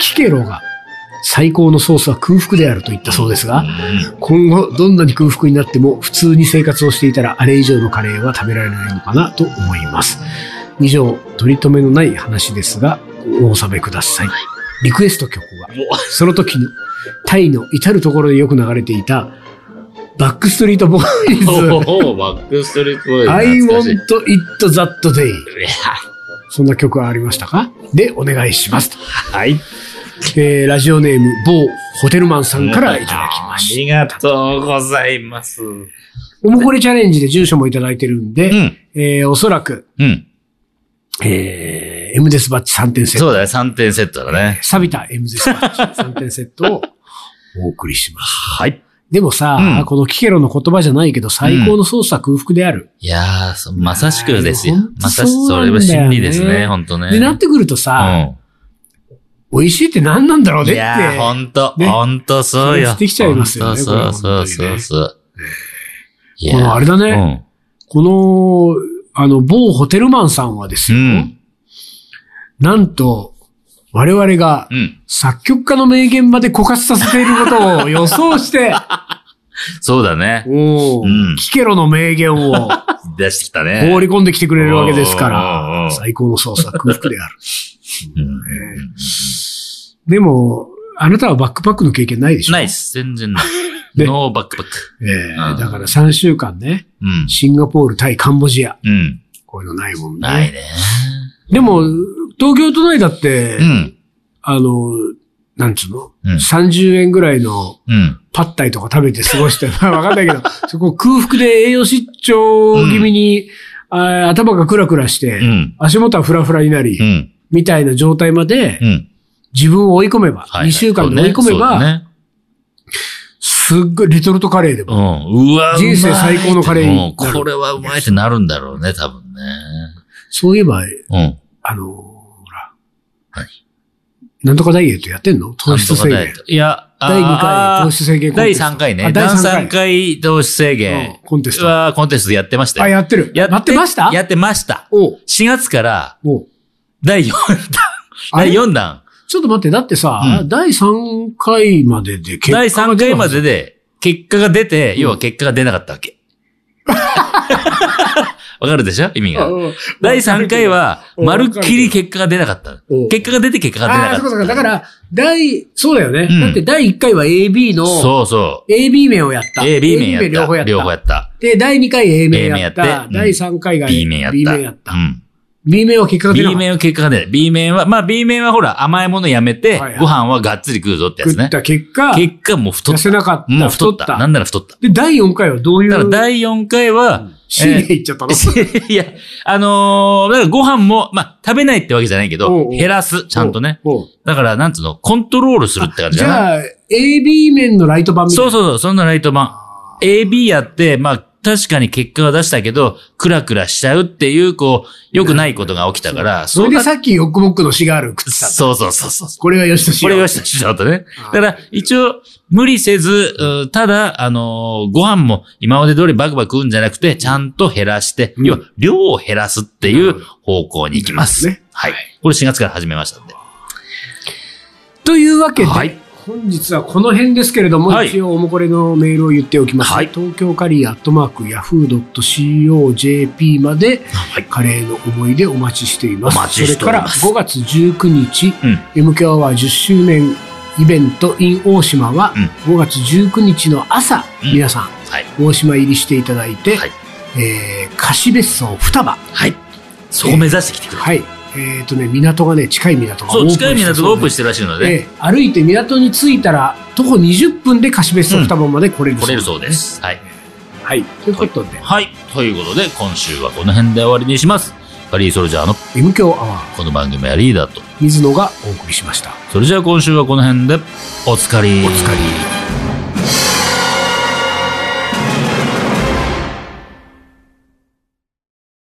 Speaker 1: キケロが最高のソースは空腹であると言ったそうですが、今後どんなに空腹になっても普通に生活をしていたらあれ以上のカレーは食べられないのかなと思います。以上、取り留めのない話ですが、お納めください。リクエスト曲は、その時のタイの至るところでよく流れていたバックストリートボーイズ
Speaker 2: おお、バックストリートボーイ
Speaker 1: I
Speaker 2: ズ懐かしい
Speaker 1: want it that day そんな曲はありましたかでお願いしますと、
Speaker 2: はい。
Speaker 1: えーラジオネーム某ホテルマンさんからいただきました
Speaker 2: ありがとうございます。うん。
Speaker 1: おもこれチャレンジで住所もいただいてるんで、えーおそらく、
Speaker 2: うん。
Speaker 1: えー、M デスバッチ3点セット。
Speaker 2: そうだね、3点セットだね。
Speaker 1: 錆びた M デスバッチ3点セッ トをお送りします。
Speaker 2: はい。
Speaker 1: でもさ、
Speaker 2: うん
Speaker 1: このキケロの言葉じゃないけど、最高の操作は空腹である。
Speaker 2: いやー、そまさしくですよ
Speaker 1: いやーほん。と
Speaker 2: まさしく、
Speaker 1: そう
Speaker 2: そ
Speaker 1: なんだよね
Speaker 2: れは真理ですね、ほんとね。
Speaker 1: で、なってくると
Speaker 2: う
Speaker 1: さ、
Speaker 2: ん。
Speaker 1: 美味しいって何なんだろうねっ
Speaker 2: い
Speaker 1: て。
Speaker 2: やー、ほんと、
Speaker 1: ね
Speaker 2: ほんとそうよ。
Speaker 1: それしてきちゃいますよね
Speaker 2: ほんとそう
Speaker 1: これ
Speaker 2: そうそ
Speaker 1: は
Speaker 2: うそう。い
Speaker 1: このあれだね、
Speaker 2: ね。
Speaker 1: この、あの、某ホテルマンさんはです
Speaker 2: う
Speaker 1: よ、
Speaker 2: ん。
Speaker 1: なんと、我々が
Speaker 2: うん。
Speaker 1: 作曲家の名言まで枯渇させていることを予想して、
Speaker 2: そうだね。
Speaker 1: おー
Speaker 2: うん
Speaker 1: キケロの名言 を
Speaker 2: 出してきたね。
Speaker 1: 放り込んできてくれるわけですか
Speaker 2: おーおーお
Speaker 1: ら、
Speaker 2: ー
Speaker 1: 最高の操作は空腹である。
Speaker 2: うん
Speaker 1: でも、あなたはバックパックの経験ないでしょ
Speaker 2: ないっす。全然ない。
Speaker 1: ね
Speaker 2: ノーバックパック。
Speaker 1: ええ
Speaker 2: うん
Speaker 1: だから3週間ね、
Speaker 2: うん。
Speaker 1: シンガポール、タイ、カンボジア。
Speaker 2: うん。
Speaker 1: こういうのないもんね。
Speaker 2: ないね。
Speaker 1: でも、東京都内だって、
Speaker 2: うん。
Speaker 1: あの、なんつうの、
Speaker 2: うん
Speaker 1: ?30 円ぐらいの
Speaker 2: うん。
Speaker 1: パッタイとか食べて過ごして、 まあわかんないけど、そこ空腹で栄養失調気味に、あー頭がクラクラして、
Speaker 2: うん。
Speaker 1: 足元はフラフラになり、
Speaker 2: うん。
Speaker 1: みたいな状態まで、
Speaker 2: うん。
Speaker 1: 自分を追い込めば、
Speaker 2: はい
Speaker 1: 2週間で追い込めば、
Speaker 2: そうね
Speaker 1: すっごいレトルトカレーでも、
Speaker 2: そうねうん。うわ
Speaker 1: 人生最高のカレーに
Speaker 2: もうこれはうまいってなるんだろうね、多分ね。
Speaker 1: そういえば、
Speaker 2: うん。
Speaker 1: あのー、ほら、なんとかダイエットやってんの糖質制
Speaker 2: なん
Speaker 1: 限
Speaker 2: とか。ダイエットいや、
Speaker 1: 第2
Speaker 2: あ
Speaker 1: 回
Speaker 2: ー
Speaker 1: 糖質制限コン
Speaker 2: 第
Speaker 1: テスト。
Speaker 2: 3回ね。
Speaker 1: あ
Speaker 2: 第
Speaker 1: 第
Speaker 2: 3
Speaker 1: 3回。
Speaker 2: 回糖質制限
Speaker 1: うんコンテスト。
Speaker 2: はコンテストやってましたよ。
Speaker 1: あ、やってる。やってました
Speaker 2: やってました。
Speaker 1: おう
Speaker 2: 4月から
Speaker 1: おう
Speaker 2: 第4弾、
Speaker 1: あれ
Speaker 2: 第4弾、
Speaker 1: ちょっと待って、だってさ、
Speaker 2: うん
Speaker 1: 第3回までで結果が出
Speaker 2: 第
Speaker 1: た
Speaker 2: 3回ま でで結果が出て、要は結果が出なかったわけ。わかるでしょ意味が。
Speaker 1: うん
Speaker 2: 第3回は、
Speaker 1: うん
Speaker 2: まるっきり結果が出なかった
Speaker 1: うん。
Speaker 2: 結果が出て結果が出な
Speaker 1: ああ、
Speaker 2: か
Speaker 1: そうかそうか。
Speaker 2: った。
Speaker 1: だから、第、そうだよね。
Speaker 2: うん
Speaker 1: だって第1回は AB の、
Speaker 2: そうそう。
Speaker 1: AB 面をやった。
Speaker 2: A、B 面やっ
Speaker 1: AB 両方や
Speaker 2: た。
Speaker 1: っ
Speaker 2: 両方や
Speaker 1: た。
Speaker 2: った。
Speaker 1: で、第2回 A 面やっ
Speaker 2: A 面や
Speaker 1: た
Speaker 2: っ。て
Speaker 1: 第3回が
Speaker 2: B 面やった。
Speaker 1: B 面やった
Speaker 2: う。ん。
Speaker 1: B 面は結果が出な
Speaker 2: B
Speaker 1: かった。
Speaker 2: 面は結果が出ない。B 面は、まあ B 面はほら、甘いものやめて、
Speaker 1: はいはい
Speaker 2: ご飯はがっつり食うぞってやつ
Speaker 1: 食
Speaker 2: ね
Speaker 1: っ。た結果、
Speaker 2: 結果もう太っ
Speaker 1: 痩せ
Speaker 2: た。
Speaker 1: なかった。
Speaker 2: もう太った。なんなら太った。
Speaker 1: で、第4回はどういう、
Speaker 2: ただ第4回は、
Speaker 1: C
Speaker 2: えー
Speaker 1: でいっちゃったの、
Speaker 2: いや、あのーだからご飯も、まあ、食べないってわけじゃないけ
Speaker 1: おう
Speaker 2: ど
Speaker 1: お、う
Speaker 2: 減らす、ちゃんとね。
Speaker 1: おう。
Speaker 2: だから、なんつうの、コントロールするって感じ
Speaker 1: じ
Speaker 2: かな。
Speaker 1: ゃあ、AB 面のライト版みたい
Speaker 2: そ
Speaker 1: な。
Speaker 2: うそうそう、そんなライト版。AB やって、まあ、確かに結果は出したけど、クラクラしちゃうっていう、こう、良くないことが起きたから、
Speaker 1: それ
Speaker 2: う
Speaker 1: で
Speaker 2: な
Speaker 1: さっきヨックモックのシガール食ってた。
Speaker 2: そうそうそうそう。
Speaker 1: これはよしとし
Speaker 2: こ
Speaker 1: よう
Speaker 2: れがしたしちゃったね
Speaker 1: あ。ー
Speaker 2: だから、一応、無理せず、うんただ、あのーご飯も今まで通りバクバク食うんじゃなくて、ちゃんと減らして、
Speaker 1: うん
Speaker 2: 要は、量を減らすっていう方向に行きます。
Speaker 1: ね
Speaker 2: はい。これ4月から始めましたんで。
Speaker 1: というわけで、
Speaker 2: はい
Speaker 1: 本日はこの辺ですけれども、
Speaker 2: はい
Speaker 1: 一応おもこれのメールを言っておきます、
Speaker 2: はい
Speaker 1: 東京カリーアットマークヤフー .co.jp まで、
Speaker 2: はい。
Speaker 1: カレーの思い出お待ちしています
Speaker 2: お待ちしております
Speaker 1: それから5月19日、m k は10周年イベント in 大島は5月19日の朝、
Speaker 2: うん
Speaker 1: 皆さん
Speaker 2: はい。
Speaker 1: 大島入りしていただいて、
Speaker 2: はい
Speaker 1: えー貸別荘双葉
Speaker 2: はい。そこ目指してきてください。
Speaker 1: はいえっ、とね港がね近い港が
Speaker 2: そう、
Speaker 1: して
Speaker 2: 近い港がオープン
Speaker 1: て
Speaker 2: してるらしいの
Speaker 1: え
Speaker 2: で、
Speaker 1: え歩いて港に着いたら徒歩20分で貸別荘双葉まで来れる
Speaker 2: 来れる
Speaker 1: う
Speaker 2: そうです。はい。
Speaker 1: はいということで、
Speaker 2: はい。ということで、今週はこの辺で終わりにします。カリーソルジャーの
Speaker 1: m k アワー
Speaker 2: この番組はリーダーと。
Speaker 1: 水野がお送りしました
Speaker 2: それじゃあ今週はこの辺で、おつかり。おつかり。